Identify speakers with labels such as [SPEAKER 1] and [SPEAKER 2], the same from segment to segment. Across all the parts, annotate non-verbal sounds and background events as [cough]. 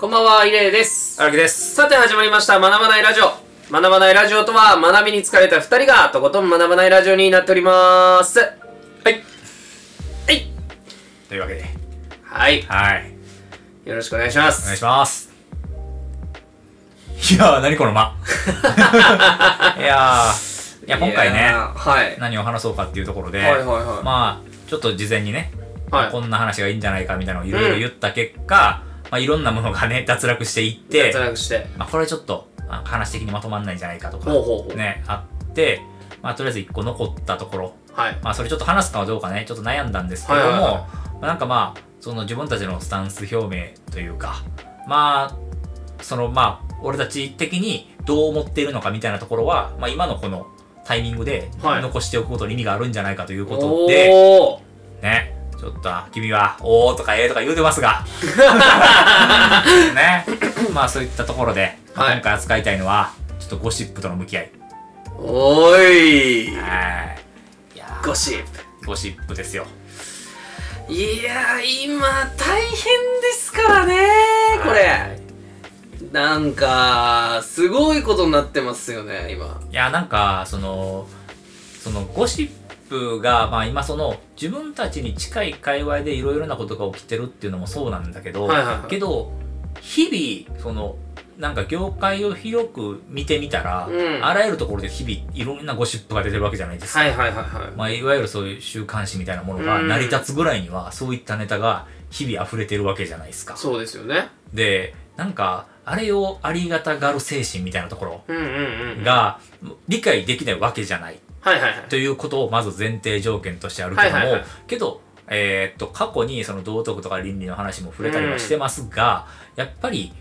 [SPEAKER 1] ばんは、イレイです。
[SPEAKER 2] 荒木です。
[SPEAKER 1] さて始まりました、学ばないラジオ。学ばないラジオとは、学びに疲れた二人が、とことん学ばないラジオになっております。は
[SPEAKER 2] はい。
[SPEAKER 1] い。
[SPEAKER 2] というわけで、
[SPEAKER 1] はい。
[SPEAKER 2] はい。
[SPEAKER 1] よろしくお願いしま
[SPEAKER 2] お願いし
[SPEAKER 1] す。
[SPEAKER 2] ます。いやー、何こ
[SPEAKER 1] [laughs]
[SPEAKER 2] の間。いやー、いや、今回
[SPEAKER 1] い
[SPEAKER 2] ね、
[SPEAKER 1] やーはい。
[SPEAKER 2] 何を話そうかっていうところで、
[SPEAKER 1] はいはいはい
[SPEAKER 2] まあ、ちょっと事前にね、
[SPEAKER 1] はい
[SPEAKER 2] こんな話がいいんじゃないかみたいなのをいろいろ言った結果、まあ、いろんなものが
[SPEAKER 1] [laughs]
[SPEAKER 2] ね、脱落していって、
[SPEAKER 1] 脱落して。
[SPEAKER 2] まあ、これちょっとあ話的にまとまんないんじゃないかとか、
[SPEAKER 1] ほうほうほう。
[SPEAKER 2] ね、あって、まあ、とりあえず一個残ったところ、
[SPEAKER 1] はい。
[SPEAKER 2] まあ、それちょっと話すかはどうかね、ちょっと悩んだんですけども、
[SPEAKER 1] はいはいはい
[SPEAKER 2] まあなんかまあ、その自分たちのスタンス表明というか、まあ、そのまあ、俺たち的にどう思っているのかみたいなところは、まあ今のこのタイミングで
[SPEAKER 1] はい
[SPEAKER 2] 残しておくことに意味があるんじゃないかということ
[SPEAKER 1] お
[SPEAKER 2] で、
[SPEAKER 1] ー。
[SPEAKER 2] ね、ちょっと君は、おーとかえーとか言うてま
[SPEAKER 1] [laughs]
[SPEAKER 2] すが、ね、まあそういったところで、まあ
[SPEAKER 1] はい
[SPEAKER 2] 今回扱いたいのは、ちょっとゴシップとの向き合い。
[SPEAKER 1] おーい。
[SPEAKER 2] はい。いやー
[SPEAKER 1] ゴシップ。
[SPEAKER 2] ゴシップですよ。
[SPEAKER 1] いやー、今、大変ですからねこれ。なんか、すごいことになってますよね、今。
[SPEAKER 2] いや、なんか、その、そのゴシップが、まあ今その、自分たちに近い界隈でいろいろなことが起きてるっていうのもそうなんだけど、
[SPEAKER 1] はいはいはい
[SPEAKER 2] けど、日々、その、なんか業界を広く見てみたら、
[SPEAKER 1] うん
[SPEAKER 2] あらゆるところで日々いろんなゴシップが出てるわけじゃないですか。
[SPEAKER 1] はいはいはいはい。
[SPEAKER 2] まあ、いわゆるそういう週刊誌みたいなものが
[SPEAKER 1] うん
[SPEAKER 2] 成り立つぐらいには、そういったネタが日々溢れてるわけじゃないですか。
[SPEAKER 1] そうですよね。
[SPEAKER 2] で、なんか、あれをありがたがる精神みたいなところ
[SPEAKER 1] うんうんうん。
[SPEAKER 2] が理解できないわけじゃない
[SPEAKER 1] はいはいはい。
[SPEAKER 2] ということをまず前提条件としてあるけども、
[SPEAKER 1] はいはいはい
[SPEAKER 2] けど、えーっと過去にその道徳とか倫理の話も触れたりはしてますが、やっぱり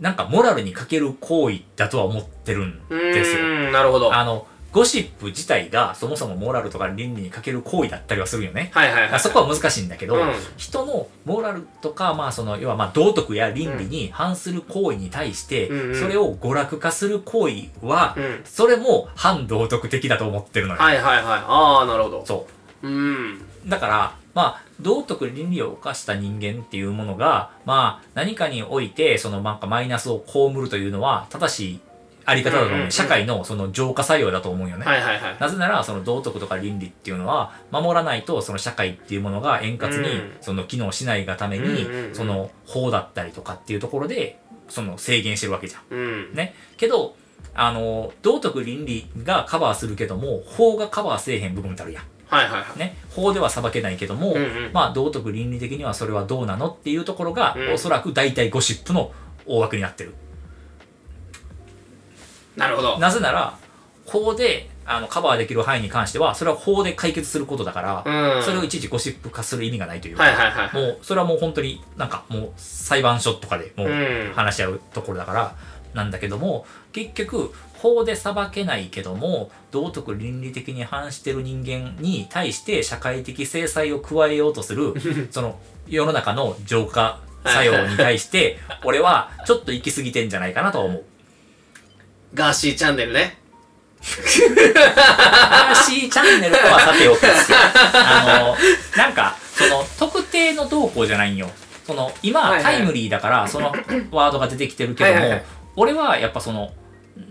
[SPEAKER 2] なんかモラルに欠ける行為だとは思ってるん
[SPEAKER 1] う
[SPEAKER 2] ですよ。
[SPEAKER 1] ーん、なるほど。はい
[SPEAKER 2] あのゴシップ自体がそもそもモラルとか倫理に欠ける行為だったりはするよね。
[SPEAKER 1] はいはい。
[SPEAKER 2] あそこは難しいんだけど、
[SPEAKER 1] うん
[SPEAKER 2] 人のモラルとか、まあ、その要はまあ道徳や倫理に反する行為に対して、
[SPEAKER 1] うんうん
[SPEAKER 2] それを娯楽化する行為は、
[SPEAKER 1] うん
[SPEAKER 2] それも反道徳的だと思ってるのよ。
[SPEAKER 1] はいはいはい。ああ、なるほど。
[SPEAKER 2] そう
[SPEAKER 1] ーん。
[SPEAKER 2] うだから、まあ、道徳倫理を犯した人間っていうものが、まあ、何かにおいてそのなんかマイナスを被るというのは正しいあり方だと
[SPEAKER 1] う
[SPEAKER 2] 思う、
[SPEAKER 1] んうんうん
[SPEAKER 2] 社会のその浄化作用だと思うよね。
[SPEAKER 1] はいはいはい。
[SPEAKER 2] なぜならその道徳とか倫理っていうのは守らないとその社会っていうものが円滑に
[SPEAKER 1] うん
[SPEAKER 2] その機能しないがために
[SPEAKER 1] うんうんうん
[SPEAKER 2] その法だったりとかっていうところでその制限してるわけじゃん。
[SPEAKER 1] うん。
[SPEAKER 2] ね。けどあの道徳倫理がカバーするけども法がカバーせえへん部分ってあるやん。
[SPEAKER 1] はいはいはい。
[SPEAKER 2] ね。法では裁けないけども、
[SPEAKER 1] うんうん
[SPEAKER 2] まあ道徳倫理的にはそれはどうなのっていうところが、
[SPEAKER 1] うん
[SPEAKER 2] おそらく大体ゴシップの大枠になってる。
[SPEAKER 1] なるほど。
[SPEAKER 2] なぜなら法であのカバーできる範囲に関してはそれは法で解決することだから、
[SPEAKER 1] うん。
[SPEAKER 2] それをいちいちゴシップ化する意味がないというか、
[SPEAKER 1] はいはいはい。
[SPEAKER 2] もうそれはもう本当になんかもう裁判所とかでもう
[SPEAKER 1] うん
[SPEAKER 2] 話し合うところだからなんだけども結局法で裁けないけども道徳倫理的に反してる人間に対して社会的制裁を加えようとす
[SPEAKER 1] [laughs]
[SPEAKER 2] るその世の中の浄化作用に対して俺はちょっと行き過ぎてんじゃないかなとは思う。
[SPEAKER 1] ガーシーチャンネルね。
[SPEAKER 2] ガーシーチャンネルとはさておきですよあの、なんか、その、特定の動向じゃないんよ。その、今、
[SPEAKER 1] はいはい
[SPEAKER 2] タイムリーだから、そのワードが出てきてるけども、
[SPEAKER 1] はいはいはい
[SPEAKER 2] 俺はやっぱその、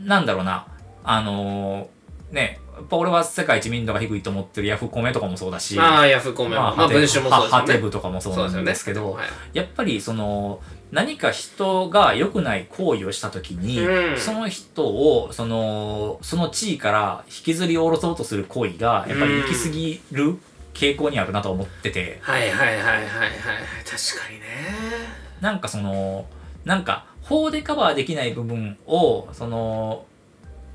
[SPEAKER 2] なんだろうな、あのーね、やっぱ俺は世界一民度が低いと思ってるヤフコメとかもそうだし、
[SPEAKER 1] ああ、ヤフーコメント。まあ文章もそうです
[SPEAKER 2] ハ
[SPEAKER 1] よ
[SPEAKER 2] テ
[SPEAKER 1] ね。
[SPEAKER 2] ブとかもそう
[SPEAKER 1] そうです
[SPEAKER 2] な
[SPEAKER 1] よ
[SPEAKER 2] ん
[SPEAKER 1] ね。
[SPEAKER 2] ですけど、
[SPEAKER 1] はい
[SPEAKER 2] やっぱりその何か人が良くない行為をした時に、
[SPEAKER 1] うん
[SPEAKER 2] その人をそのその地位から引きずり下ろそうとする行為がやっぱり行き過ぎる傾向にあるなと思ってて、
[SPEAKER 1] はいはいはいはいはい。確かにね。
[SPEAKER 2] なんかそのなんか法でカバーできない部分をその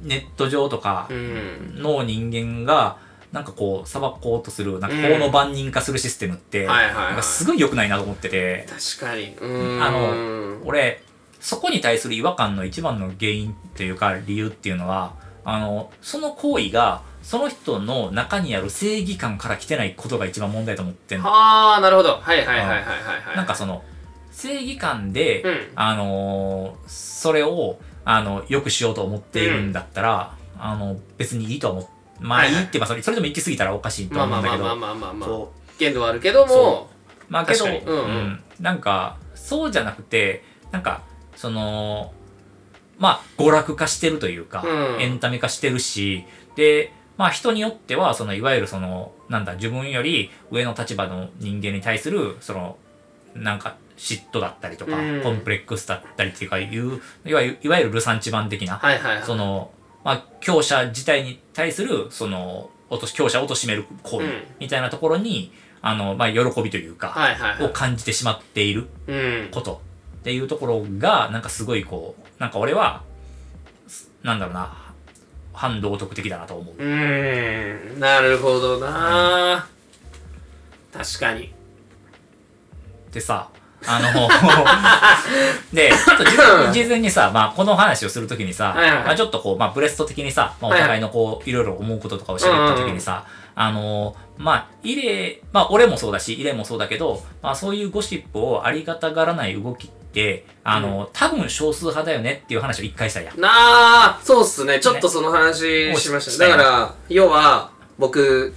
[SPEAKER 2] ネット上とか
[SPEAKER 1] うん。
[SPEAKER 2] の人間がなんかこう裁こうとするなんか法の万人化するシステムって、
[SPEAKER 1] はいはいはい
[SPEAKER 2] なんかすごい良くないなと思ってて。
[SPEAKER 1] 確かに。うーん。
[SPEAKER 2] あの、俺、そこに対する違和感の一番の原因というか理由っていうのは、あの、その行為が、その人の中にある正義感から来てないことが一番問題だと思ってんの。
[SPEAKER 1] はあ、なるほど。はいはいはいはいはいはい。
[SPEAKER 2] なんか、その、正義感で、
[SPEAKER 1] うん。
[SPEAKER 2] あのーそれを、あの、良くしようと思っているんだったら、あの、別にいいとは思っまあ
[SPEAKER 1] はい
[SPEAKER 2] い
[SPEAKER 1] はい
[SPEAKER 2] いって、まあそれ、それでも行き過ぎたらおかしいと
[SPEAKER 1] ま
[SPEAKER 2] は
[SPEAKER 1] あ
[SPEAKER 2] 思
[SPEAKER 1] ま
[SPEAKER 2] う
[SPEAKER 1] あ
[SPEAKER 2] ん
[SPEAKER 1] ま
[SPEAKER 2] だけ
[SPEAKER 1] あ
[SPEAKER 2] ど、
[SPEAKER 1] まあまあまあまあ。
[SPEAKER 2] そう
[SPEAKER 1] 限度はあるけども
[SPEAKER 2] まあけど、
[SPEAKER 1] 確かにうんうん
[SPEAKER 2] うんなんかそうじゃなくてなんかそのまあ娯楽化してるというか、
[SPEAKER 1] うん
[SPEAKER 2] エンタメ化してるしでまあ人によってはそのいわゆるそのなんだ自分より上の立場の人間に対するそのなんか嫉妬だったりとか、
[SPEAKER 1] うん
[SPEAKER 2] コンプレックスだったりっていうかいういわゆるいわゆるルサンチ版的な、
[SPEAKER 1] はいはいはい
[SPEAKER 2] そのまあ強者自体に対するその落とし強者を貶める行為
[SPEAKER 1] うん
[SPEAKER 2] みたいなところに、あのまあ喜びというか、
[SPEAKER 1] はいはいは
[SPEAKER 2] を
[SPEAKER 1] い
[SPEAKER 2] 感じてしまっている
[SPEAKER 1] うん
[SPEAKER 2] ことっていうところがなんかすごいこうなんか俺はすなんだろうな反道徳的だなと思う
[SPEAKER 1] うーんなるほどな確かに
[SPEAKER 2] でさあのでちょっと事前事前にさ、まあ、この話をするときにさ、
[SPEAKER 1] はいはい
[SPEAKER 2] まあ、ちょっとこう、まあ、ブレスト的にさ、まあ、お互いのこういろいろ思うこととかを喋ったときにさ、あのまあイレまあ俺もそうだしイレもそうだけど、まあ、そういうゴシップをありがたがらない動きってあの、多分少数派だよねっていう話を一回したやん
[SPEAKER 1] なあそうっすねちょっとその話しました、
[SPEAKER 2] ね
[SPEAKER 1] だから要は僕
[SPEAKER 2] うん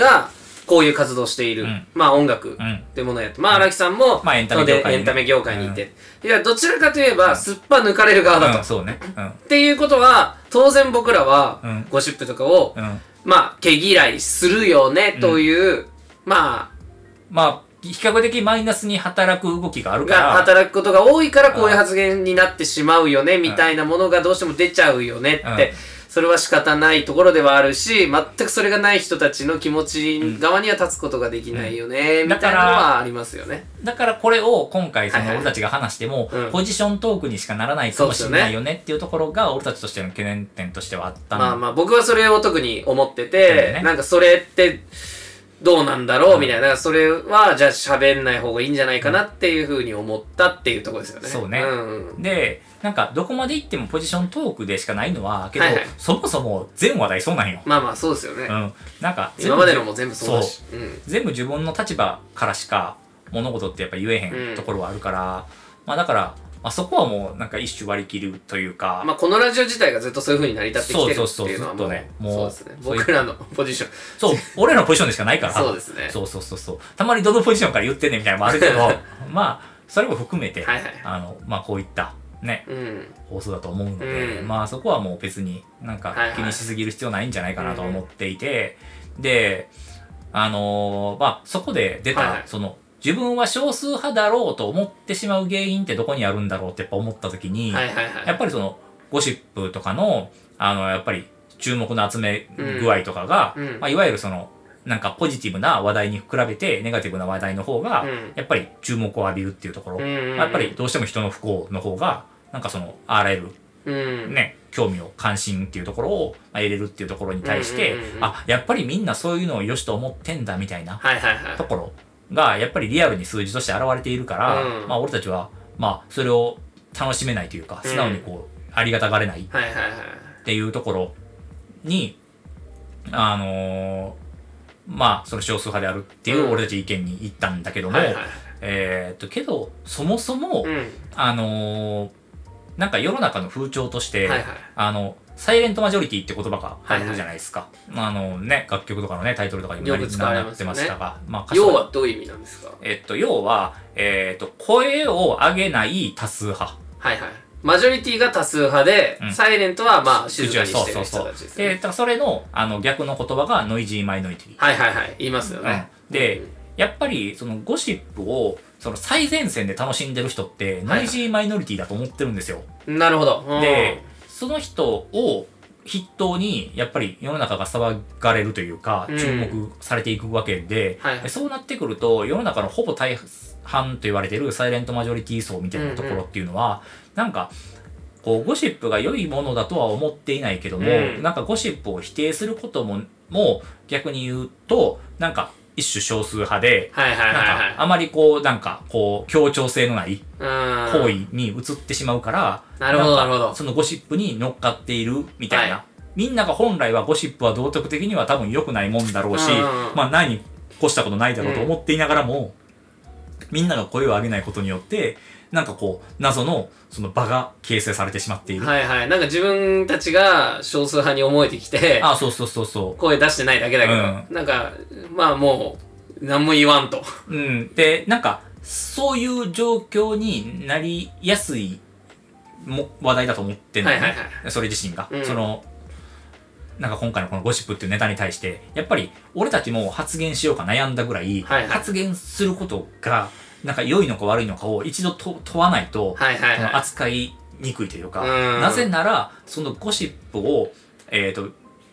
[SPEAKER 1] がこういう活動をしている、
[SPEAKER 2] うん
[SPEAKER 1] まあ音楽、
[SPEAKER 2] うん
[SPEAKER 1] ってものやってまあ荒木さんも、
[SPEAKER 2] まあエンタメ業界にね
[SPEAKER 1] そうでエンタメ業界にいて、いやどちらかといえばすっぱ抜かれる側だと、
[SPEAKER 2] うん、
[SPEAKER 1] っ
[SPEAKER 2] そうね。うん。
[SPEAKER 1] ていうことは当然僕らは、
[SPEAKER 2] うん
[SPEAKER 1] ゴシップとかを、
[SPEAKER 2] うん。
[SPEAKER 1] まあ毛嫌いするよねという、ま
[SPEAKER 2] まあ、比較的マイナスに働く動きがあ
[SPEAKER 1] あ
[SPEAKER 2] るか
[SPEAKER 1] が
[SPEAKER 2] ら、
[SPEAKER 1] 働くことが多いからこういう
[SPEAKER 2] あ
[SPEAKER 1] 発言になってしまうよねみたいなものがどうしても出ちゃうよねって、
[SPEAKER 2] うん
[SPEAKER 1] それは仕方ないところではあるし全くそれがない人たちの気持ち側には立つことができないよね、
[SPEAKER 2] ん
[SPEAKER 1] みたいなのはありますよね。
[SPEAKER 2] だからこれを今回そ
[SPEAKER 1] は
[SPEAKER 2] の
[SPEAKER 1] いはい
[SPEAKER 2] 俺たちが話しても
[SPEAKER 1] うん、
[SPEAKER 2] ポジショントークにしかならないかもしれないよねっていうところが、俺たちとしての懸念点としてはあった
[SPEAKER 1] まあ
[SPEAKER 2] の。
[SPEAKER 1] まあ僕はそれを特に思って
[SPEAKER 2] そうだ
[SPEAKER 1] て、
[SPEAKER 2] よね
[SPEAKER 1] なんかそれってどうなんだろうみたいな、だからそれはじゃあ喋んない方がいいんじゃないかなっていうふうに思ったっていうところですよね。
[SPEAKER 2] そうね
[SPEAKER 1] んうん、
[SPEAKER 2] で、なんかどこまで行ってもポジショントークでしかないのは、けど
[SPEAKER 1] はいはい、
[SPEAKER 2] そもそも全話題そうなんよ。
[SPEAKER 1] まあまあそうですよね。
[SPEAKER 2] うん。なんか、
[SPEAKER 1] 今までのも全部そうだし。うん
[SPEAKER 2] 全部自分の立場からしか物事ってやっぱ言えへ
[SPEAKER 1] うん
[SPEAKER 2] んところはあるから、まあだから、まあ、そこはもうなんか一種割り切るというか、
[SPEAKER 1] まあこのラジオ自体がずっとそういうふうに成り立ってきてるっていうのはも
[SPEAKER 2] そうそうそうずっと
[SPEAKER 1] う
[SPEAKER 2] ね
[SPEAKER 1] そ
[SPEAKER 2] も
[SPEAKER 1] う
[SPEAKER 2] う
[SPEAKER 1] ですね。
[SPEAKER 2] そういう
[SPEAKER 1] 僕ら
[SPEAKER 2] [laughs]
[SPEAKER 1] のポジション。 [laughs]
[SPEAKER 2] そう、俺らのポジションでしかないから。
[SPEAKER 1] そうですね
[SPEAKER 2] そうそうそうそう。たまにどのポジションから言ってんねんみたいなのも
[SPEAKER 1] [laughs]
[SPEAKER 2] あるけど、まあ、それも含めて、
[SPEAKER 1] はいはい
[SPEAKER 2] あの、まあ、こういった、ね、
[SPEAKER 1] うん。
[SPEAKER 2] 放送だと思うので、
[SPEAKER 1] うん
[SPEAKER 2] まあ、そこはもう別になんか
[SPEAKER 1] はいはい
[SPEAKER 2] 気にしすぎる必要ないんじゃないかなと思っていて、で、あのーまあ、そこで出た、
[SPEAKER 1] はいはい
[SPEAKER 2] その、自分は少数派だろうと思ってしまう原因ってどこにあるんだろうってやっぱ思った時に、
[SPEAKER 1] はいはい
[SPEAKER 2] や
[SPEAKER 1] は
[SPEAKER 2] っぱりそのゴシップとかの、あの、やっぱり注目の集め具合とかが、
[SPEAKER 1] うんうん
[SPEAKER 2] まあ、いわゆるその、なんかポジティブな話題に比べて、ネガティブな話題の方が、
[SPEAKER 1] うん
[SPEAKER 2] やっぱり注目を浴びるっていうところ、
[SPEAKER 1] うんうんうん
[SPEAKER 2] やっぱりどうしても人の不幸の方が、なんかその、あらゆる
[SPEAKER 1] い。うん。
[SPEAKER 2] ね、興味を関心っていうところをまあ入れるっていうところに対して、
[SPEAKER 1] うんうんうんうん
[SPEAKER 2] あ、やっぱりみんなそういうのを良しと思ってんだみたいな、
[SPEAKER 1] はいはいはい
[SPEAKER 2] と。ころがやっぱりリアルに数字として現れているから、
[SPEAKER 1] うん
[SPEAKER 2] まあ俺たちはまあそれを楽しめないというか
[SPEAKER 1] うん
[SPEAKER 2] 素直にこうありがたがれないっ
[SPEAKER 1] はいはいはい。
[SPEAKER 2] ていうところに、あのーまあその少数派であるっていううん俺たち意見に行ったんだけども、
[SPEAKER 1] はいはい。
[SPEAKER 2] えーっとけどそもそも、
[SPEAKER 1] うん。
[SPEAKER 2] あのーなんか世の中の風潮として、
[SPEAKER 1] はいはい。
[SPEAKER 2] あのサイレントマジョリティって言葉があるじゃないですか、あのね楽曲とかのねタイトルとかにもなり
[SPEAKER 1] よく使われ
[SPEAKER 2] な
[SPEAKER 1] ま
[SPEAKER 2] っ
[SPEAKER 1] す
[SPEAKER 2] て
[SPEAKER 1] よね
[SPEAKER 2] ましたが、まあ歌詞と
[SPEAKER 1] 要
[SPEAKER 2] か
[SPEAKER 1] はどういう意味なんですか
[SPEAKER 2] えっと、要は、えっと、声を上げない多数派。
[SPEAKER 1] はいはい。マジョリティが多数派で、
[SPEAKER 2] うん
[SPEAKER 1] サイレントはまあ静かに
[SPEAKER 2] そ
[SPEAKER 1] し
[SPEAKER 2] う
[SPEAKER 1] て
[SPEAKER 2] そ
[SPEAKER 1] る
[SPEAKER 2] うそ
[SPEAKER 1] 人た
[SPEAKER 2] う
[SPEAKER 1] ちで。す
[SPEAKER 2] で、だ
[SPEAKER 1] ね。
[SPEAKER 2] からそれの、あの、逆の言葉がノイジーマイノリティ。
[SPEAKER 1] はいはいはい。言いますよね。
[SPEAKER 2] うんで、やっぱり、そのゴシップを、その最前線で楽しんでる人って、
[SPEAKER 1] はい
[SPEAKER 2] ノイジーマイノリティだと思ってるんですよ。
[SPEAKER 1] なるほど。うん
[SPEAKER 2] で、その人を筆頭に、やっぱり世の中が騒がれるというか、
[SPEAKER 1] うん
[SPEAKER 2] 注目されていくわけで、
[SPEAKER 1] はいはい
[SPEAKER 2] でそうなってくると、世の中のほぼ大半と言われてるサイレントマジョリティ層みたいなところっていうのは、なんか、こう、ゴシップが良いものだとは思っていないけども、
[SPEAKER 1] うん
[SPEAKER 2] なんかゴシップを否定することも、も逆に言うと、なんか一種少数派で、
[SPEAKER 1] はいはいは
[SPEAKER 2] ないんかあまりこう、なんかこう、協調性のない
[SPEAKER 1] はい。うん
[SPEAKER 2] 行為に移ってしまうから、
[SPEAKER 1] なるほど
[SPEAKER 2] んか
[SPEAKER 1] なるほど
[SPEAKER 2] そのゴシップに乗っかっているみたいな、
[SPEAKER 1] はい
[SPEAKER 2] みんなが本来はゴシップは道徳的には多分良くないもんだろうし、
[SPEAKER 1] うんうんうん
[SPEAKER 2] まあ何に越したことないだろうと思っていながらも、みんなが声を上げないことによってなんかこう謎のその場が形成されてしまっている、
[SPEAKER 1] はいはい。なんか自分たちが少数派に思えてきて、
[SPEAKER 2] あそうそうそうそ
[SPEAKER 1] 声出してないだけだけど、
[SPEAKER 2] う
[SPEAKER 1] なんか、まあもう、何も言わんと。
[SPEAKER 2] ううんでなんかそういう状況になりやすいも話題だと思ってんだよね、
[SPEAKER 1] はいはいは
[SPEAKER 2] それ自身が、
[SPEAKER 1] うん
[SPEAKER 2] そのなんか今回のこのゴシップっていうネタに対してやっぱり俺たちも発言しようか悩んだぐらい、
[SPEAKER 1] はいはい
[SPEAKER 2] 発言することがなんか良いのか悪いのかを一度と問わないと、
[SPEAKER 1] はいはい
[SPEAKER 2] そ
[SPEAKER 1] はい
[SPEAKER 2] の扱いにくいというか、
[SPEAKER 1] うん
[SPEAKER 2] なぜならそのゴシップを、えー、と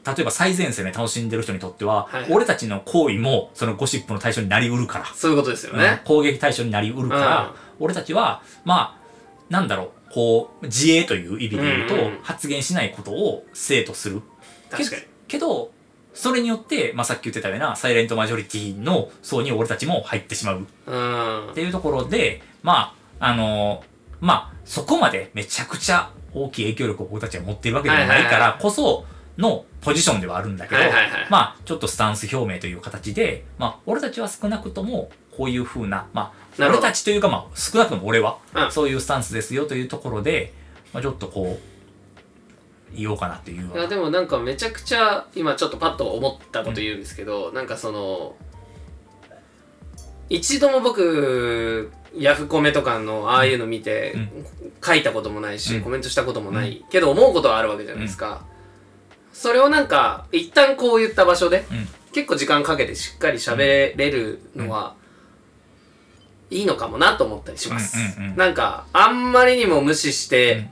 [SPEAKER 2] 例えば最前線で楽しんでる人にとっては、
[SPEAKER 1] はい
[SPEAKER 2] 俺たちの行為もそのゴシップの対象になりうるから、
[SPEAKER 1] そういうことですよ
[SPEAKER 2] うん
[SPEAKER 1] ね、
[SPEAKER 2] 攻撃対象になりうるから、俺たちはまあなんだろうこう自衛という意味で言うと、
[SPEAKER 1] うんうん
[SPEAKER 2] 発言しないことを生とする
[SPEAKER 1] 確かに
[SPEAKER 2] けけどそれによって、まあ、さっき言ってたようなサイレントマジョリティの層に俺たちも入ってしまう
[SPEAKER 1] うん
[SPEAKER 2] っていうところで、まあ、あのーまあ、そこまでめちゃくちゃ大きい影響力を僕たちは持ってるわけではない
[SPEAKER 1] はい
[SPEAKER 2] か
[SPEAKER 1] はい
[SPEAKER 2] らこそのポジションではあるんだけど
[SPEAKER 1] はいはいはい、
[SPEAKER 2] まあ、ちょっとスタンス表明という形で、まあ、俺たちは少なくともこういう風な、まあ、
[SPEAKER 1] なるほど
[SPEAKER 2] 俺たちというか、まあ、少なくとも俺は
[SPEAKER 1] う、ん
[SPEAKER 2] そういうスタンスですよというところで、まあ、ちょっとこう、言おうかなっていうよう
[SPEAKER 1] いや
[SPEAKER 2] な。
[SPEAKER 1] でもなんかめちゃくちゃ今ちょっとパッと思ったこと言うんですけど、なんかその一度も僕ヤフコメとかのああいうの見て、書いたこともないし、
[SPEAKER 2] うん
[SPEAKER 1] コメントしたこともない、けど思うことはあるわけじゃないですか、それをなんか一旦こう言った場所で
[SPEAKER 2] うん
[SPEAKER 1] 結構時間かけてしっかり喋れるのは、いいのかもなと思ったりします、
[SPEAKER 2] うんうんうん
[SPEAKER 1] なんかあんまりにも無視して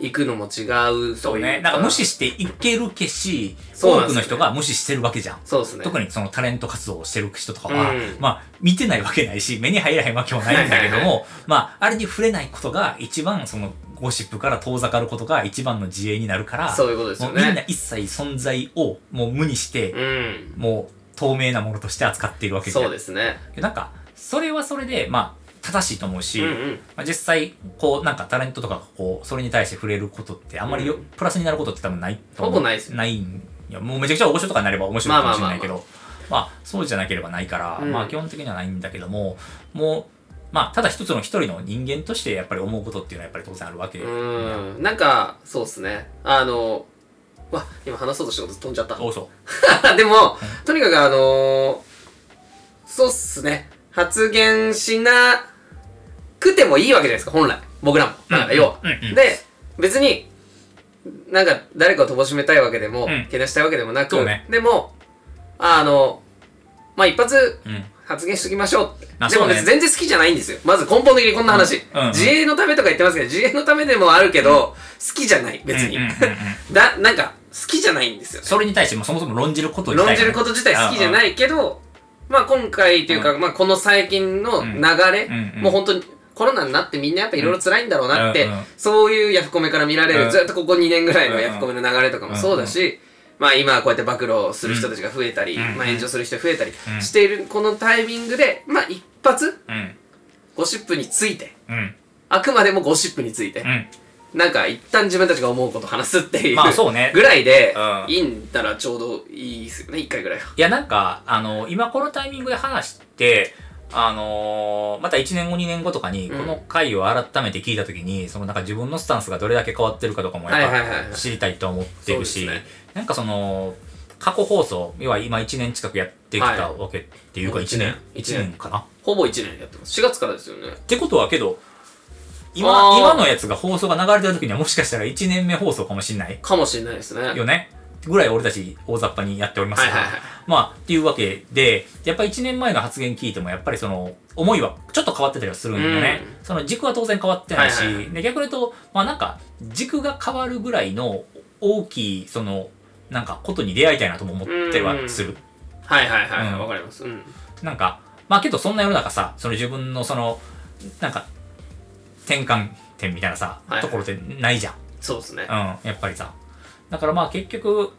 [SPEAKER 1] いくのも違う
[SPEAKER 2] そ
[SPEAKER 1] と
[SPEAKER 2] う
[SPEAKER 1] いう
[SPEAKER 2] ね。なんか無視していけるけし、
[SPEAKER 1] そう
[SPEAKER 2] 多
[SPEAKER 1] なんですよね
[SPEAKER 2] くの人が無視してるわけじゃん。
[SPEAKER 1] そうですね
[SPEAKER 2] 特にそのタレント活動をしてる人とかは、
[SPEAKER 1] うん
[SPEAKER 2] まあ見てないわけないし目に入らへんわけもないんだけど
[SPEAKER 1] はいはい
[SPEAKER 2] もまああれに触れないことが一番そのゴシップから遠ざかることが一番の自衛になるから
[SPEAKER 1] そういうことですよ
[SPEAKER 2] もうみんな
[SPEAKER 1] ね。
[SPEAKER 2] 一切存在をもう無にして、
[SPEAKER 1] うん。
[SPEAKER 2] もう透明なものとして扱っているわけじゃん
[SPEAKER 1] そうですね。
[SPEAKER 2] なんかそれはそれでまあ正しいと思う
[SPEAKER 1] う
[SPEAKER 2] し、
[SPEAKER 1] んうん。
[SPEAKER 2] まあ、実際こうなんかタレントとかがこうそれに対して触れることってあんまりよ、
[SPEAKER 1] うん
[SPEAKER 2] プラスになることって多分ないと思う
[SPEAKER 1] ほぼないですよ
[SPEAKER 2] ないんやもうめちゃくちゃ大御所とかになれば面白いかもしれないけど
[SPEAKER 1] ま
[SPEAKER 2] まあそうじゃなければないから、
[SPEAKER 1] うん
[SPEAKER 2] まあ基本的にはないんだけどももうまあただ一つの一人の人間としてやっぱり思うことっていうのはやっぱり当然あるわけ、
[SPEAKER 1] うん。なんか、そうですね。あの、わ、今話そうとしたこと飛んじゃっ
[SPEAKER 2] そうそ
[SPEAKER 1] た。 [laughs] でも、とにかくあのーそうっすね。発言しなくてもいいわけじゃないですか、本来。僕らも。だから、要は。
[SPEAKER 2] うんうん
[SPEAKER 1] で、別に、なんか誰かを乏しめたいわけでも、
[SPEAKER 2] うん
[SPEAKER 1] けなしたいわけでもな
[SPEAKER 2] そ
[SPEAKER 1] く、
[SPEAKER 2] うね
[SPEAKER 1] でも、あの、まあ、一発
[SPEAKER 2] ううん
[SPEAKER 1] 発言しときましょうって
[SPEAKER 2] あ
[SPEAKER 1] でも
[SPEAKER 2] そうね
[SPEAKER 1] 別に全然好きじゃないんですよまず根本的にこんな話、
[SPEAKER 2] うんうん
[SPEAKER 1] 自衛のためとか言ってますけど自衛のためでもあるけど、好きじゃない別に、
[SPEAKER 2] うんうんうんうん
[SPEAKER 1] だなんか好きじゃないんですよ
[SPEAKER 2] それに対してもそもそも論じること自体が
[SPEAKER 1] 論じること自体好きじゃないけどまあ今回というか、まあこの最近の流れ、
[SPEAKER 2] うんうん
[SPEAKER 1] もう本当にコロナになってみんなやっぱいろいろ辛いんだろうなって、
[SPEAKER 2] うんうん
[SPEAKER 1] そういうヤフコメから見られる、
[SPEAKER 2] うん
[SPEAKER 1] ずっとここ2年ぐらいの
[SPEAKER 2] うんうん
[SPEAKER 1] ヤフコメの流れとかもそうだし、まあ今はこうやって暴露する人たちが増えたり、
[SPEAKER 2] うん
[SPEAKER 1] まあ炎上する人増えたり
[SPEAKER 2] うん
[SPEAKER 1] しているこのタイミングで、まあ一発
[SPEAKER 2] うんうん
[SPEAKER 1] ゴシップについて、
[SPEAKER 2] うん
[SPEAKER 1] あくまでもゴシップについて、なんか一旦自分たちが思うことを話すっていう、
[SPEAKER 2] まあそうね
[SPEAKER 1] ぐらいで、
[SPEAKER 2] うん
[SPEAKER 1] いいんだらちょうどいいですよね、一回ぐらいは。
[SPEAKER 2] いや、なんか、あの、今このタイミングで話して、あのーまた1年後2年後とかに、こ
[SPEAKER 1] うん
[SPEAKER 2] の回を改めて聞いたときに、そのなんか自分のスタンスがどれだけ変わってるかとかも
[SPEAKER 1] はいはい
[SPEAKER 2] や
[SPEAKER 1] は
[SPEAKER 2] っ
[SPEAKER 1] いはい
[SPEAKER 2] ぱ知りたいと思ってるし、
[SPEAKER 1] そうですね
[SPEAKER 2] なんかその、過去放送、要は今1年近くやってきた
[SPEAKER 1] はい
[SPEAKER 2] わけっていうか
[SPEAKER 1] もう
[SPEAKER 2] 1年、
[SPEAKER 1] 一
[SPEAKER 2] 一
[SPEAKER 1] 年
[SPEAKER 2] 年かな。っ
[SPEAKER 1] ほぼ1年やってます。4月からですよね。
[SPEAKER 2] てことはけど、今
[SPEAKER 1] あ、ー
[SPEAKER 2] 今のやつが放送が流れてる時にはもしかしたら1年目放送かもしれない
[SPEAKER 1] かもしれないですね。
[SPEAKER 2] よね。ぐらい俺たち大雑把にやっております
[SPEAKER 1] はい
[SPEAKER 2] から、
[SPEAKER 1] はいはい。
[SPEAKER 2] まあ、っていうわけで、やっぱり1年前の発言聞いても、やっぱりその、思いはちょっと変わってたりはするんよね。その軸は当然変わってないし、
[SPEAKER 1] はいはいは
[SPEAKER 2] で逆に言うと、まあなんか、軸が変わるぐらいの大きい、その、なんか、ことに出会いたいなとも思ってはする。
[SPEAKER 1] はいはいはい。
[SPEAKER 2] うん
[SPEAKER 1] わ、かります。うん。
[SPEAKER 2] なんか、まあけどそんな世の中さ、その自分のその、なんか、転換点みたいなさ、
[SPEAKER 1] はいはい
[SPEAKER 2] ところってないじゃん。
[SPEAKER 1] そうですね。
[SPEAKER 2] うん、やっぱりさ。だからまあ結局、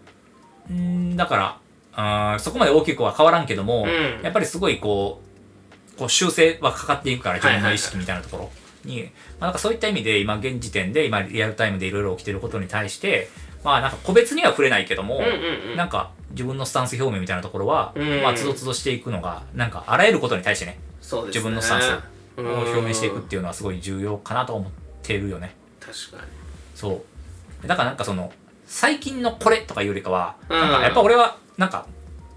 [SPEAKER 2] んーだから、あーそこまで大きくは変わらんけど
[SPEAKER 1] う
[SPEAKER 2] も、
[SPEAKER 1] ん
[SPEAKER 2] やっぱりすごいこう、こう修正はかかっていくから、自
[SPEAKER 1] は
[SPEAKER 2] 分
[SPEAKER 1] いはいは
[SPEAKER 2] の
[SPEAKER 1] い
[SPEAKER 2] 意識みたいなところに、まあなんかそういった意味で今現時点で、今リアルタイムでいろいろ起きてることに対して、まあなんか個別には触れないけども、
[SPEAKER 1] うんうんうん。
[SPEAKER 2] なんか自分のスタンス表明みたいなところは、
[SPEAKER 1] うん
[SPEAKER 2] まあつどつどしていくのが、なんかあらゆることに対してね、
[SPEAKER 1] そうですね。
[SPEAKER 2] 自分のスタン
[SPEAKER 1] を
[SPEAKER 2] ス表明していくっていうのはすごい重要かなと思ってるよね。
[SPEAKER 1] 確かに。
[SPEAKER 2] そう。だからなんかその、最近のこれとかいうよりかは、
[SPEAKER 1] うん
[SPEAKER 2] なんかやっぱ俺は、なんか、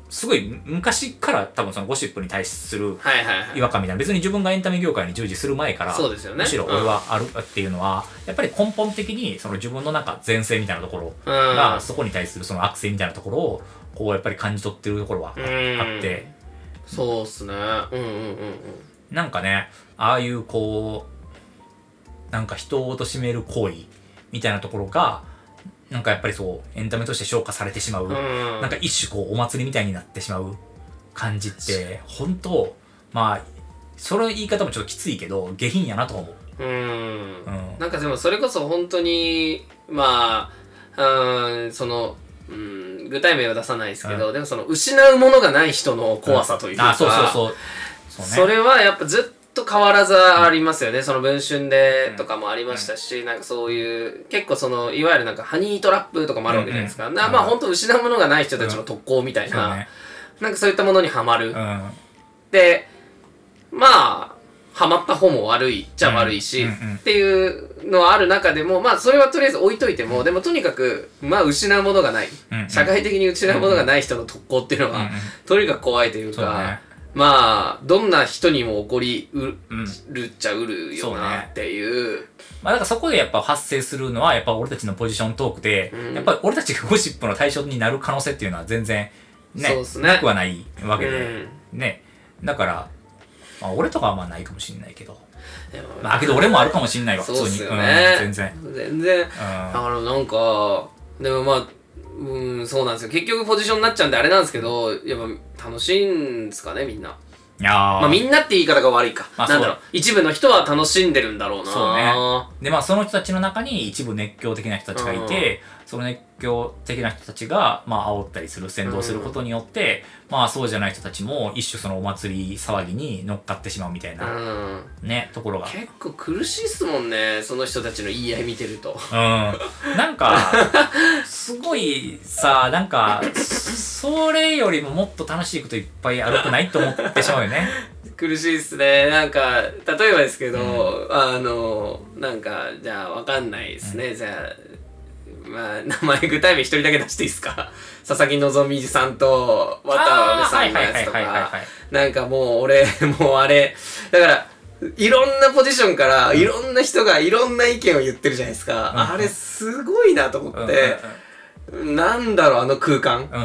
[SPEAKER 2] すごい昔から多分そのゴシップに対する
[SPEAKER 1] はいはいはい
[SPEAKER 2] 違和感みたいな別に自分がエンタメ業界に従事する前から
[SPEAKER 1] そうですよね
[SPEAKER 2] むしろ俺はあるっていうのは、やっぱり根本的にその自分のなんか前世みたいなところ
[SPEAKER 1] うん
[SPEAKER 2] が、そこに対するその悪性みたいなところをこうやっぱり感じ取ってるところはあ
[SPEAKER 1] うん
[SPEAKER 2] あって、
[SPEAKER 1] そうっすねうんうんうんうん
[SPEAKER 2] なんかねああいうこうなんか人を貶める行為みたいなところがなんかやっぱりそうエンタメとして消化されてしまう、
[SPEAKER 1] うん
[SPEAKER 2] なんか一種こうお祭りみたいになってしまう感じって本当まあその言い方もちょっときついけど下品やなと思う。
[SPEAKER 1] うん
[SPEAKER 2] うん
[SPEAKER 1] なんかでもそれこそ本当にまあうんその、うん、具体名は出さないですけど、でもその失うものがない人の怖さというか、
[SPEAKER 2] あそうそうそうそうね
[SPEAKER 1] それはやっぱずっと変わらずありますよね、その文春でとかもありましたし、なんかそういう結構そのいわゆるなんかハニートラップとかもあるわけじゃないですか、
[SPEAKER 2] うんうん
[SPEAKER 1] なまあ本当失うものがない人たちの特攻みたい
[SPEAKER 2] そう
[SPEAKER 1] な、
[SPEAKER 2] ね
[SPEAKER 1] なんかそういったものにはまる、
[SPEAKER 2] うん
[SPEAKER 1] でまあハマった方も悪いっちゃ悪いし、
[SPEAKER 2] うんうんうん
[SPEAKER 1] っていうのはある中でもまあそれはとりあえず置いといてもでもとにかくまあ失うものがない、
[SPEAKER 2] うんうん
[SPEAKER 1] 社会的に失うものがない人の特攻っていうのは、
[SPEAKER 2] うんうん
[SPEAKER 1] とにかく怖いという
[SPEAKER 2] そう
[SPEAKER 1] か
[SPEAKER 2] ね
[SPEAKER 1] まあどんな人にも起こりうる,、
[SPEAKER 2] うん
[SPEAKER 1] っちゃうるよ
[SPEAKER 2] そう
[SPEAKER 1] な
[SPEAKER 2] ね
[SPEAKER 1] っていう
[SPEAKER 2] まあだからそこでやっぱ発生するのはやっぱ俺たちのポジショントークで、
[SPEAKER 1] うん
[SPEAKER 2] やっぱり俺たちがゴシップの対象になる可能性っていうのは全然ね
[SPEAKER 1] そうっすね
[SPEAKER 2] なくはないわけ
[SPEAKER 1] う
[SPEAKER 2] で、
[SPEAKER 1] ん
[SPEAKER 2] ねだから、まあ、俺とかはまあないかもしれないけど
[SPEAKER 1] でも
[SPEAKER 2] まあけど俺もあるかもしれないわ普
[SPEAKER 1] そうっ
[SPEAKER 2] 通に、
[SPEAKER 1] すよ
[SPEAKER 2] うん
[SPEAKER 1] ね、
[SPEAKER 2] 全然
[SPEAKER 1] 全然
[SPEAKER 2] う
[SPEAKER 1] だ
[SPEAKER 2] ん
[SPEAKER 1] からなんかでもまあうんそうなんですよ結局ポジションになっちゃうんであれなんですけどやっぱ楽しいんですかねみんない
[SPEAKER 2] やー
[SPEAKER 1] まあみんなって言い方が悪いか、
[SPEAKER 2] まあ
[SPEAKER 1] なんだろう一部の人は楽しんでるんだろうな
[SPEAKER 2] そうねでまあその人たちの中に一部熱狂的な人たちがいて、その熱狂的な人たちがまあ煽ったりする扇動することによって、まあそうじゃない人たちも一種そのお祭り騒ぎに乗っかってしまうみたいな
[SPEAKER 1] うん
[SPEAKER 2] ね、ところが
[SPEAKER 1] 結構苦しいっすもんねその人たちの言い合い見てると
[SPEAKER 2] うんなんかすごいさなんかそれよりももっと楽しいこといっぱいあるくないと思ってしまうよね
[SPEAKER 1] 苦しいっすねなんか例えばですけど、あのなんかじゃあわかんないですね、じゃあまあ名前具体名一人だけ出していいですか [laughs] 佐々木希さんと [laughs] 渡辺さんのやつと
[SPEAKER 2] あーはいはいはいはいは
[SPEAKER 1] か
[SPEAKER 2] い
[SPEAKER 1] なんかもう俺 [laughs] もうあれだからいろんなポジションからいろんな人がいろんな意見を言ってるじゃないですか、
[SPEAKER 2] ん
[SPEAKER 1] あれすごいなと思って、なんだろうあの空間
[SPEAKER 2] う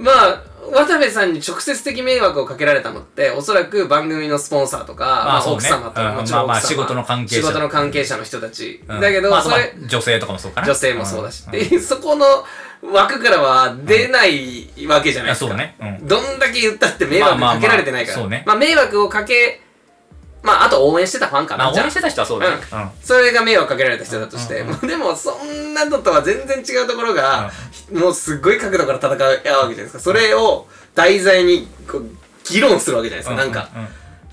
[SPEAKER 2] んうんうんうん
[SPEAKER 1] まあ、渡部さんに直接的迷惑をかけられたのって、おそらく番組のスポンサーとか、まあ、
[SPEAKER 2] そう
[SPEAKER 1] 奥
[SPEAKER 2] ね
[SPEAKER 1] 様と、
[SPEAKER 2] うん
[SPEAKER 1] もちろん奥様、
[SPEAKER 2] まあまあ仕事の関係者
[SPEAKER 1] 仕事の関係者の人たち。
[SPEAKER 2] うん
[SPEAKER 1] だけど、
[SPEAKER 2] まあ
[SPEAKER 1] それ、
[SPEAKER 2] まあ女性とかもそうかな
[SPEAKER 1] 女性もそうだし、
[SPEAKER 2] ん
[SPEAKER 1] でそこの枠からは出ないわけじゃないで
[SPEAKER 2] や
[SPEAKER 1] す
[SPEAKER 2] そ
[SPEAKER 1] か。
[SPEAKER 2] うね、うん、
[SPEAKER 1] どんだけ言ったって迷惑かけられてないから。
[SPEAKER 2] まあまあまあそうね
[SPEAKER 1] まあ、迷惑をかけ、まあ、あと応援してたファンか
[SPEAKER 2] まあ、
[SPEAKER 1] な、
[SPEAKER 2] 応
[SPEAKER 1] じゃあ
[SPEAKER 2] 援してた人はそうだね。うん。
[SPEAKER 1] それが迷惑かけられた人だとして、
[SPEAKER 2] うんうん
[SPEAKER 1] もうでもそんなのとは全然違うところが、もうすっごい角度から戦うわけじゃないですかそれを題材にこう議論するわけじゃないですか、なんか、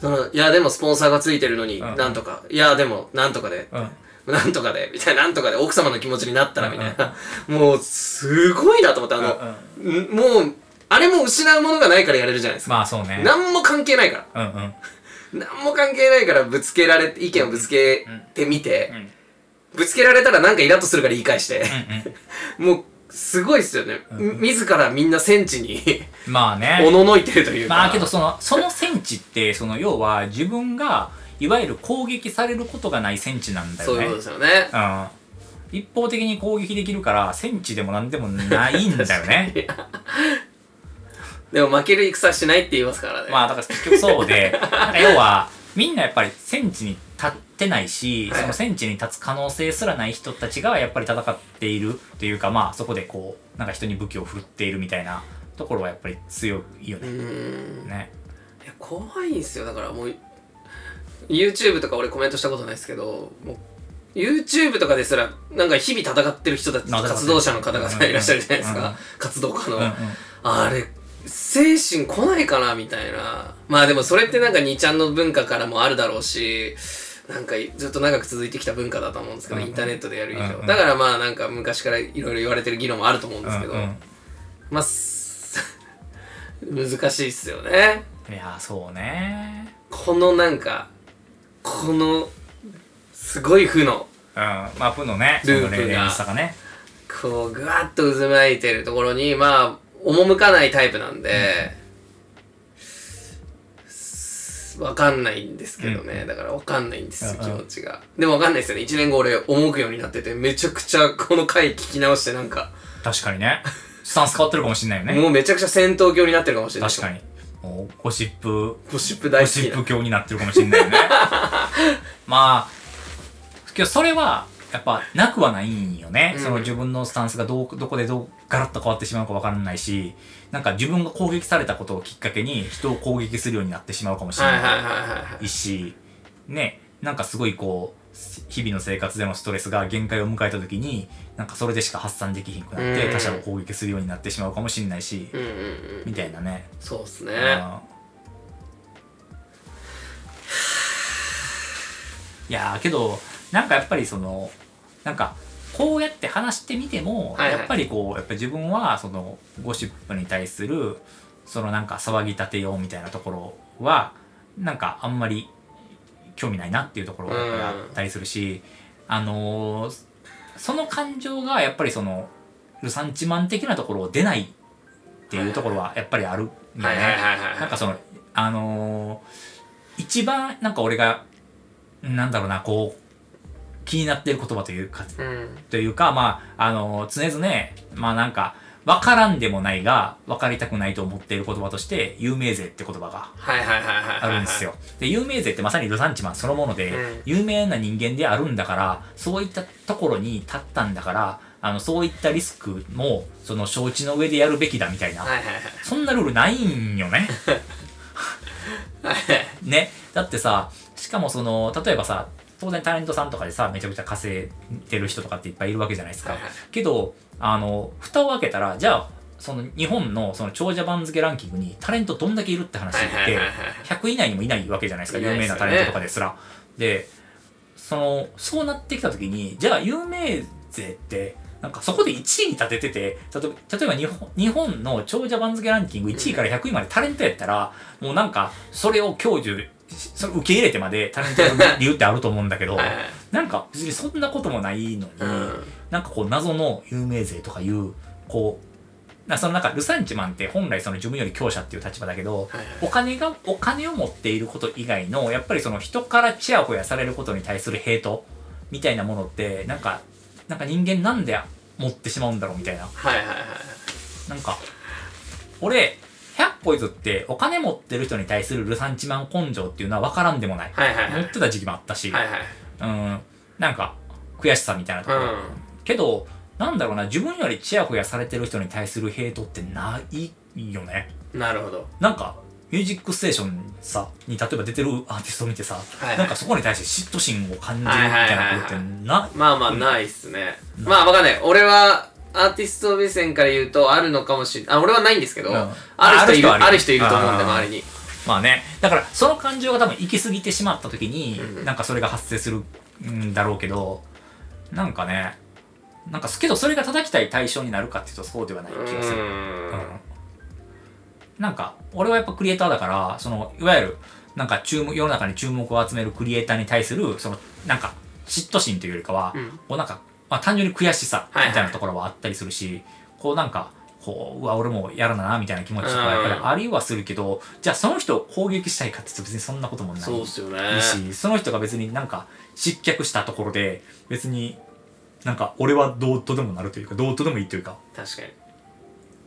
[SPEAKER 1] そのいやでもスポンサーがついてるのに
[SPEAKER 2] うんうん
[SPEAKER 1] なんとか、いやでもなんとかで、
[SPEAKER 2] うん。うん。
[SPEAKER 1] なんとかでみたいななんとかで奥様の気持ちになったらみたいな、もうすごいなと思ってあの、んもうあれも失うものがないからやれるじゃないですか、
[SPEAKER 2] まあ、そうね。
[SPEAKER 1] 何も関係ないから
[SPEAKER 2] うんうん。
[SPEAKER 1] 何も関係ないからぶつけられて意見をぶつけてみて、
[SPEAKER 2] うんうん
[SPEAKER 1] ぶつけられたらなんかイラッとするから言い返して、[laughs]
[SPEAKER 2] う
[SPEAKER 1] もうすごいっすよね、み自らみんな戦地に
[SPEAKER 2] ん。まあ
[SPEAKER 1] [laughs] お
[SPEAKER 2] ね。
[SPEAKER 1] ののいてるというか
[SPEAKER 2] まあ、けど、その、その戦地って、その、要は、自分が、いわゆる攻撃されることがない戦地なんだ
[SPEAKER 1] そ
[SPEAKER 2] よ
[SPEAKER 1] ういうこ
[SPEAKER 2] ね。
[SPEAKER 1] とですよね
[SPEAKER 2] うん。一方的に攻撃できるから、戦地でも何でもないんだよ [laughs] ね。
[SPEAKER 1] でも負ける戦しないって言いますからね、
[SPEAKER 2] [laughs] まあ、だから結局そ
[SPEAKER 1] [laughs]
[SPEAKER 2] うで、なんか要は、みんなやっぱり戦地に立ってないし、
[SPEAKER 1] はい
[SPEAKER 2] その戦地に立つ可能性すらない人たちがやっぱり戦っているというか、まあそこでこう、なんか人に武器を振るっているみたいなところはやっぱり強いよ
[SPEAKER 1] う
[SPEAKER 2] ね。
[SPEAKER 1] ーん
[SPEAKER 2] ね。
[SPEAKER 1] いや怖いんすよだからもう YouTube とか俺コメントしたことないですけどもう YouTube とかですらなんか日々戦ってる人たち
[SPEAKER 2] まあ
[SPEAKER 1] 活動者の方
[SPEAKER 2] う
[SPEAKER 1] 々
[SPEAKER 2] んうん
[SPEAKER 1] いらっしゃるじゃないです
[SPEAKER 2] うんう
[SPEAKER 1] か
[SPEAKER 2] ん
[SPEAKER 1] 活動家の、
[SPEAKER 2] うんうん。
[SPEAKER 1] あれ、精神来ないかなみたいな。まあでもそれってなんか2ちゃんの文化からもあるだろうし、なんかずっと長く続いてきた文化だと思うんですけど、
[SPEAKER 2] うんうん
[SPEAKER 1] インターネットでやる以
[SPEAKER 2] うん
[SPEAKER 1] 上
[SPEAKER 2] う。ん
[SPEAKER 1] だからまあなんか昔からいろいろ言われてる議論もあると思うんですけど
[SPEAKER 2] うん、うん
[SPEAKER 1] まあ、す [laughs] 難しいっすよね。
[SPEAKER 2] いやー、そうね。
[SPEAKER 1] このなんか、この、すごい負の、
[SPEAKER 2] うん。まあ、負のね、
[SPEAKER 1] ループが
[SPEAKER 2] そのレイレンスさがね。
[SPEAKER 1] こう、ぐわっと渦巻いてるところに、まあ、赴かないタイプなんで、わかんないんですけどね。だからわかんないんですよ、
[SPEAKER 2] うん
[SPEAKER 1] 気持ちが。でもわかんないですよね。1年後俺、思うようになってて、めちゃくちゃこの回聞き直してなんか、
[SPEAKER 2] 確かにね。スタンス変わってるかもしんないよね。
[SPEAKER 1] もうめちゃくちゃ戦闘狂になってるかもしれない。
[SPEAKER 2] 確かに。もうゴシップ、
[SPEAKER 1] ゴシップ大
[SPEAKER 2] ゴ
[SPEAKER 1] 好
[SPEAKER 2] シ
[SPEAKER 1] き
[SPEAKER 2] ッ
[SPEAKER 1] な
[SPEAKER 2] プ。教になってるかもしんな
[SPEAKER 1] [laughs]
[SPEAKER 2] いよね。まあ、けどそれは、やっぱ、なくはないんよね。
[SPEAKER 1] うん
[SPEAKER 2] その自分のスタンスがどう、どこでどう、ガラッと変わってしまうかわからないし、なんか自分が攻撃されたことをきっかけに人を攻撃するようになってしまうかもしれ
[SPEAKER 1] はい
[SPEAKER 2] な
[SPEAKER 1] はい
[SPEAKER 2] い。
[SPEAKER 1] はいはい
[SPEAKER 2] し、ね、なんかすごいこう、日々の生活でのストレスが限界を迎えた時に、なんかそれでしか発散できひんくなって、
[SPEAKER 1] うん
[SPEAKER 2] 他者を攻撃するようになってしまうかもしれないし
[SPEAKER 1] い。、うんうんうん。
[SPEAKER 2] みたいなね。
[SPEAKER 1] そうっすね。
[SPEAKER 2] あーいやーけど、なんかやっぱりその、なんか、こうやって話してみても、
[SPEAKER 1] はいはい
[SPEAKER 2] やっぱりこう、やっぱり自分は、その、ゴシップに対する、そのなんか騒ぎ立てようみたいなところは、なんかあんまり興味ないなっていうところがあったりするし、あのーその感情がやっぱりその、ルサンチマン的なところを出ないっていうところはやっぱりあるんだ
[SPEAKER 1] は
[SPEAKER 2] よ
[SPEAKER 1] いは
[SPEAKER 2] ね。
[SPEAKER 1] いはいはい。
[SPEAKER 2] なんかその、あのー一番なんか俺が、なんだろうな、こう、気になってる言葉というか、
[SPEAKER 1] うん。
[SPEAKER 2] というか、まあ、あのー常々、まあなんか、わからんでもないが、わかりたくないと思っている言葉として、有名税って言葉が
[SPEAKER 1] はいはいはいはい。
[SPEAKER 2] あるんです。よ。で、有名税ってまさにルサンチマンそのもので、
[SPEAKER 1] うん
[SPEAKER 2] 有名な人間であるんだから、そういったところに立ったんだから、あの、そういったリスクも、その承知の上でやるべきだみたいな、
[SPEAKER 1] はいはいはい。
[SPEAKER 2] そんなルールないんよね。ね。だってさ、しかもその、例えばさ、当然タレントさんとかでさ、めちゃくちゃ稼いでる人とかっていっぱいいるわけじゃないですか
[SPEAKER 1] はいはい。
[SPEAKER 2] けど、あの、蓋を開けたら、じゃあ、その日本のその長者番付ランキングにタレントどんだけいるって話っ
[SPEAKER 1] はいはい
[SPEAKER 2] て
[SPEAKER 1] はいはい、
[SPEAKER 2] 100以内にもいないわけじゃないですか、
[SPEAKER 1] いな
[SPEAKER 2] 有
[SPEAKER 1] いで
[SPEAKER 2] 名
[SPEAKER 1] すよ
[SPEAKER 2] な
[SPEAKER 1] ね
[SPEAKER 2] タレントとかですら。で、その、そうなってきたときに、じゃあ有名税って、なんかそこで1位に立ててて、たと例えば日本日本の長者番付ランキング1位から100位までタレントやったら、もうなんか、それを享受し、それ受け入れてまでタレントやる理由ってあると思うんだけど
[SPEAKER 1] [laughs] は、いはい。
[SPEAKER 2] なんか別にそんなこともないのに、
[SPEAKER 1] うん。
[SPEAKER 2] なんかこう謎の有名税とかいう、こう、なそのなんかルサンチマンって本来その自分より強者っていう立場だけど、
[SPEAKER 1] はいはい
[SPEAKER 2] お金が、お金を持っていること以外の、やっぱりその人からチヤホヤされることに対するヘイトみたいなものって、なんか、なんか人間なんで持ってしまうんだろうみたいな。
[SPEAKER 1] はいはいはい。
[SPEAKER 2] なんか、俺、100歩譲ってお金持ってる人に対するルサンチマン根性っていうのは分からんでもない。
[SPEAKER 1] はいはいは
[SPEAKER 2] 持
[SPEAKER 1] い。
[SPEAKER 2] ってた時期もあったし、
[SPEAKER 1] はいはい。
[SPEAKER 2] うん、なんか、悔しさみたいなと
[SPEAKER 1] う
[SPEAKER 2] ころ。
[SPEAKER 1] ん。
[SPEAKER 2] けど、なんだろうな、自分よりチヤホヤされてる人に対するヘイトってないよね。
[SPEAKER 1] なるほど。
[SPEAKER 2] なんか、ミュージックステーションさ、に例えば出てるアーティストを見てさ、
[SPEAKER 1] いはい
[SPEAKER 2] なんかそこに対して嫉妬心を感じるみたいなことってな、
[SPEAKER 1] まあまあ、ないっすね。まあ、わかんない。俺は、アーティスト目線から言うと、あるのかもしれない。あ、俺はないんですけど、
[SPEAKER 2] うん
[SPEAKER 1] ある人いる、
[SPEAKER 2] あ
[SPEAKER 1] あ
[SPEAKER 2] る
[SPEAKER 1] る人
[SPEAKER 2] 人はいいる
[SPEAKER 1] ると思うんで、
[SPEAKER 2] あー
[SPEAKER 1] 周りに。
[SPEAKER 2] まあね、だからその感情が多分行き過ぎてしまった時に、なんかそれが発生するんだろうけど、なんかね、なんか、けどそれが叩きたい対象になるかっていうとそうではないう気がする。
[SPEAKER 1] ーん。
[SPEAKER 2] なんか、俺はやっぱクリエイターだから、その、いわゆる、なんか注目、世の中に注目を集めるクリエイターに対する、その、なんか、嫉妬心というよりかは、
[SPEAKER 1] うん
[SPEAKER 2] こうなんか、まあ単純に悔しさ、み
[SPEAKER 1] はいはい
[SPEAKER 2] たいなところはあったりするし、こうなんか、こう、うわ、俺もやらなな、みたいな気持ちとか、やっぱりありはするけど、じゃあその人を攻撃したいかって言うと別にそんなこともない。
[SPEAKER 1] そうっすよね。
[SPEAKER 2] いいし、その人が別になんか失脚したところで、別になんか俺はどうとでもなるというか、どうとでもいいというか、
[SPEAKER 1] 確かに。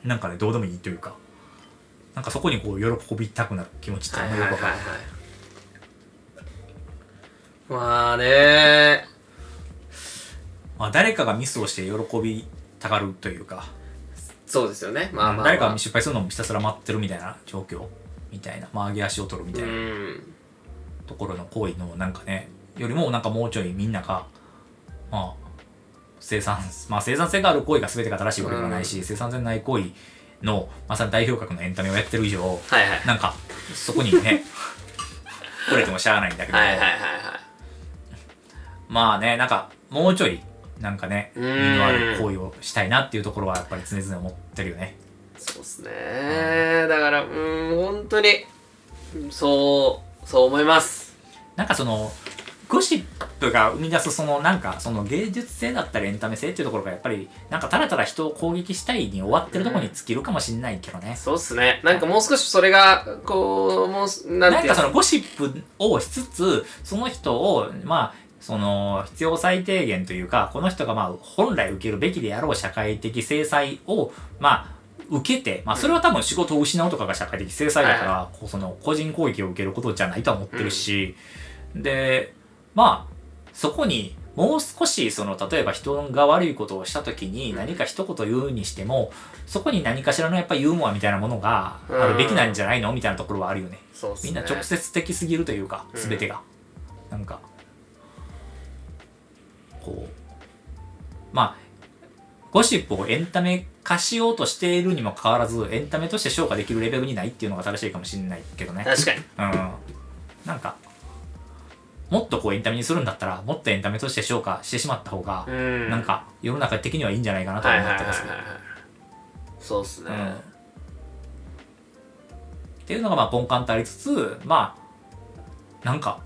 [SPEAKER 2] なんかね、どうでもいいというか、なんかそこにこう、喜びたくなる気持ちって
[SPEAKER 1] は
[SPEAKER 2] あ
[SPEAKER 1] い
[SPEAKER 2] ん
[SPEAKER 1] は
[SPEAKER 2] ま
[SPEAKER 1] い
[SPEAKER 2] り
[SPEAKER 1] はい
[SPEAKER 2] よく
[SPEAKER 1] は
[SPEAKER 2] わ
[SPEAKER 1] い
[SPEAKER 2] かんない。。
[SPEAKER 1] まあね
[SPEAKER 2] まあ、誰かがミスをして喜びたがるというか、
[SPEAKER 1] そうですよね。まあまあ、まあ。
[SPEAKER 2] 誰かが失敗するのもひたすら待ってるみたいな状況、みたいな、まあ、上げ足を取るみた
[SPEAKER 1] う。
[SPEAKER 2] いなんところの行為のなんかね、よりもなんかもうちょいみんなが、まあ、生産、まあ生産性がある行為が全てが正しいわけではないし、生産性のない行為の、まさに代表格のエンタメをやってる以上、
[SPEAKER 1] はいはい。
[SPEAKER 2] なんか、そこに
[SPEAKER 1] [laughs]
[SPEAKER 2] ね、取れてもしゃあないんだけど、
[SPEAKER 1] はいはいはいはい。
[SPEAKER 2] まあね、なんか、もうちょい、なんかね、
[SPEAKER 1] う
[SPEAKER 2] 意
[SPEAKER 1] ーん
[SPEAKER 2] 味のある行為をしたいなっていうところは、やっぱり常々思ってるよね。
[SPEAKER 1] そうっすねだから、うん、本当に、そう、そう思います。
[SPEAKER 2] なんかその、ゴシップが生み出すそのなんかその芸術性だったりエンタメ性っていうところがやっぱりなんかたらたら人を攻撃したいに終わってるところに尽きるかもしれないけどね、
[SPEAKER 1] そうっすね。なんかもう少しそれが、こう、もうす、なん
[SPEAKER 2] なん
[SPEAKER 1] ていう
[SPEAKER 2] かそのゴシップをしつつその人をまあその必要最低限というかこの人がまあ本来受けるべきであろう社会的制裁をまあ受けて、まあ、それは多分仕事を失うとかが社会的制裁だから、こうその個人攻撃を受けることじゃないとは思ってるし、でまあそこにもう少しその例えば人が悪いことをした時に何か一言言うにしても、そこに何かしらのやっぱユーモアみたいなものがあるべきなんじゃないのみたいなところはあるよね。
[SPEAKER 1] そうっす
[SPEAKER 2] み
[SPEAKER 1] ね。
[SPEAKER 2] んな直接的すぎるというか、
[SPEAKER 1] うん
[SPEAKER 2] すべてが。なんか、こう、まあ、ゴシップをエンタメ化しようとしているにもかかわらず、エンタメとして消化できるレベルにないっていうのが正しいかもしれないけどね。
[SPEAKER 1] 確かに。
[SPEAKER 2] うん。なんか、もっとこうエンタメにするんだったら、もっとエンタメとして消化してしまった方が、
[SPEAKER 1] うん。
[SPEAKER 2] なん、か世の中的にはいいんじゃないかなと
[SPEAKER 1] は
[SPEAKER 2] 思
[SPEAKER 1] いはいは
[SPEAKER 2] っ
[SPEAKER 1] い
[SPEAKER 2] て
[SPEAKER 1] はい
[SPEAKER 2] ます。。
[SPEAKER 1] そうっすね。
[SPEAKER 2] うんっていうのがまあ根幹とありつつまあなんか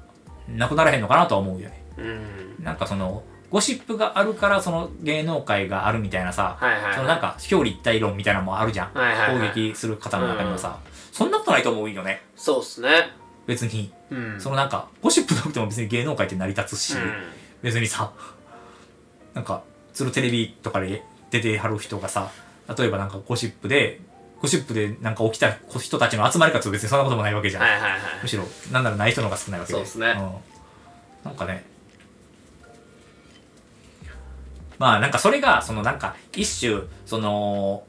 [SPEAKER 2] なくならへんのかなとは思うよね
[SPEAKER 1] うん。
[SPEAKER 2] なんかそのゴシップがあるからその芸能界があるみたいなさ、
[SPEAKER 1] はいはいはい。
[SPEAKER 2] そのなんか表裏一体論みたいなのもあるじゃん、
[SPEAKER 1] はいはいはい
[SPEAKER 2] 攻撃する方の中にはさ、そんなことないと思うよね
[SPEAKER 1] そうっすね。
[SPEAKER 2] 別に、
[SPEAKER 1] うん。
[SPEAKER 2] そのなんかゴシップなくても別に芸能界って成り立つし、
[SPEAKER 1] う
[SPEAKER 2] 別にさなんかそのテレビとかで出てはる人がさ例えばなんかゴシップでゴシップでなんか起きた人たちの集まりかというと別にそんなこともないわけじゃ
[SPEAKER 1] ん。
[SPEAKER 2] ん、
[SPEAKER 1] はいはいはい。
[SPEAKER 2] むしろなんならない人の方が少ないわけで
[SPEAKER 1] そうっすね
[SPEAKER 2] うんなんかねまあなんかそれがそのなんか一種その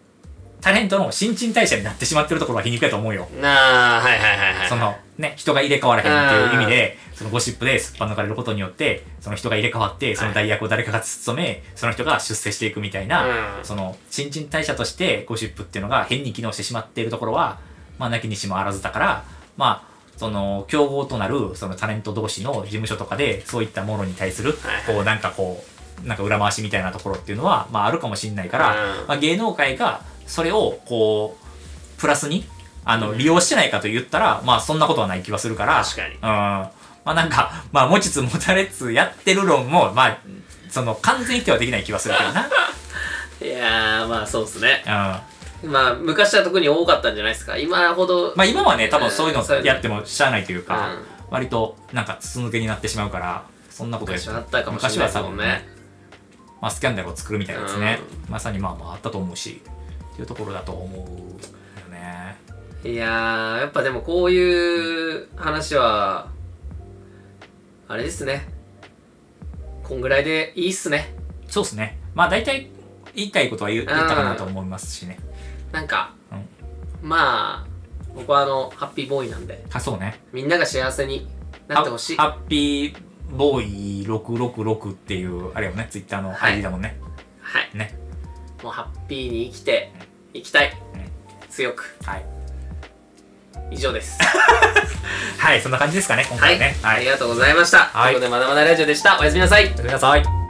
[SPEAKER 2] タレントの新陳代謝になってしまってるところは皮肉やと思うよ
[SPEAKER 1] なあ、はいはいはいはい。
[SPEAKER 2] そのね、人が入れ替わらへんっていう意味で、そのゴシップですっぱ抜かれることによって、その人が入れ替わって、その代役を誰かが務め、その人が出世していくみたいな、
[SPEAKER 1] うん
[SPEAKER 2] その新陳代謝としてゴシップっていうのが変に機能してしまっているところは、まあ、なきにしもあらずだから、まあ、その、競合となる、そのタレント同士の事務所とかで、そういったものに対する
[SPEAKER 1] はい、
[SPEAKER 2] こう、なんかこう、なんか裏回しみたいなところっていうのは、まあ、あるかもしれないから、
[SPEAKER 1] うん
[SPEAKER 2] まあ、芸能界がそれをこうプラスにあの利用してないかと言ったらまあそんなことはない気はするから
[SPEAKER 1] 確かに
[SPEAKER 2] うんまあなんかまあ持ちつ持たれつやってる論もまあその完全否定はできない気はするけど
[SPEAKER 1] いやー、まあそうっすね。 [laughs]
[SPEAKER 2] な、うん、
[SPEAKER 1] まあ昔は特に多かったんじゃないですか。今ほど。
[SPEAKER 2] まあ今はね多分そういう
[SPEAKER 1] うんそういう
[SPEAKER 2] の
[SPEAKER 1] の
[SPEAKER 2] やってもしゃあないというか、
[SPEAKER 1] うん
[SPEAKER 2] 割となんか筒抜けになってしまうからそんなことや
[SPEAKER 1] 昔はあったかもしれないですもんね
[SPEAKER 2] 昔は多分まあ、スキャンダルを作るみたいなですね、まさにまあまああったと思うしっていうところだと思うよね
[SPEAKER 1] いやー、やっぱでもこういう話は、あれですね。こんぐらいでいいっすね。
[SPEAKER 2] そうですね。まあ大体言いたいことは言う言ったかなと思いますしね。
[SPEAKER 1] なんか、
[SPEAKER 2] うん
[SPEAKER 1] まあ、僕はあの、ハッピーボーイなんで、
[SPEAKER 2] あ、そうね。
[SPEAKER 1] みんなが幸せになってほしい。
[SPEAKER 2] ハ
[SPEAKER 1] ハ
[SPEAKER 2] ハッピーボーイ666っていう、あれよね、ツイッターの
[SPEAKER 1] はい
[SPEAKER 2] ID だもんね。
[SPEAKER 1] はい。
[SPEAKER 2] ね。
[SPEAKER 1] もうハッピーに生きていきたい。
[SPEAKER 2] うん
[SPEAKER 1] 強く。
[SPEAKER 2] はい。
[SPEAKER 1] 以上 [laughs] です。
[SPEAKER 2] はい、そんな感じですかね、今
[SPEAKER 1] はい、
[SPEAKER 2] 回はね。
[SPEAKER 1] あ
[SPEAKER 2] はい。
[SPEAKER 1] り
[SPEAKER 2] はい、
[SPEAKER 1] がとうございました。
[SPEAKER 2] はい
[SPEAKER 1] ということで、まだまだラジオでした。おやすみなさい。
[SPEAKER 2] おやすみなさい。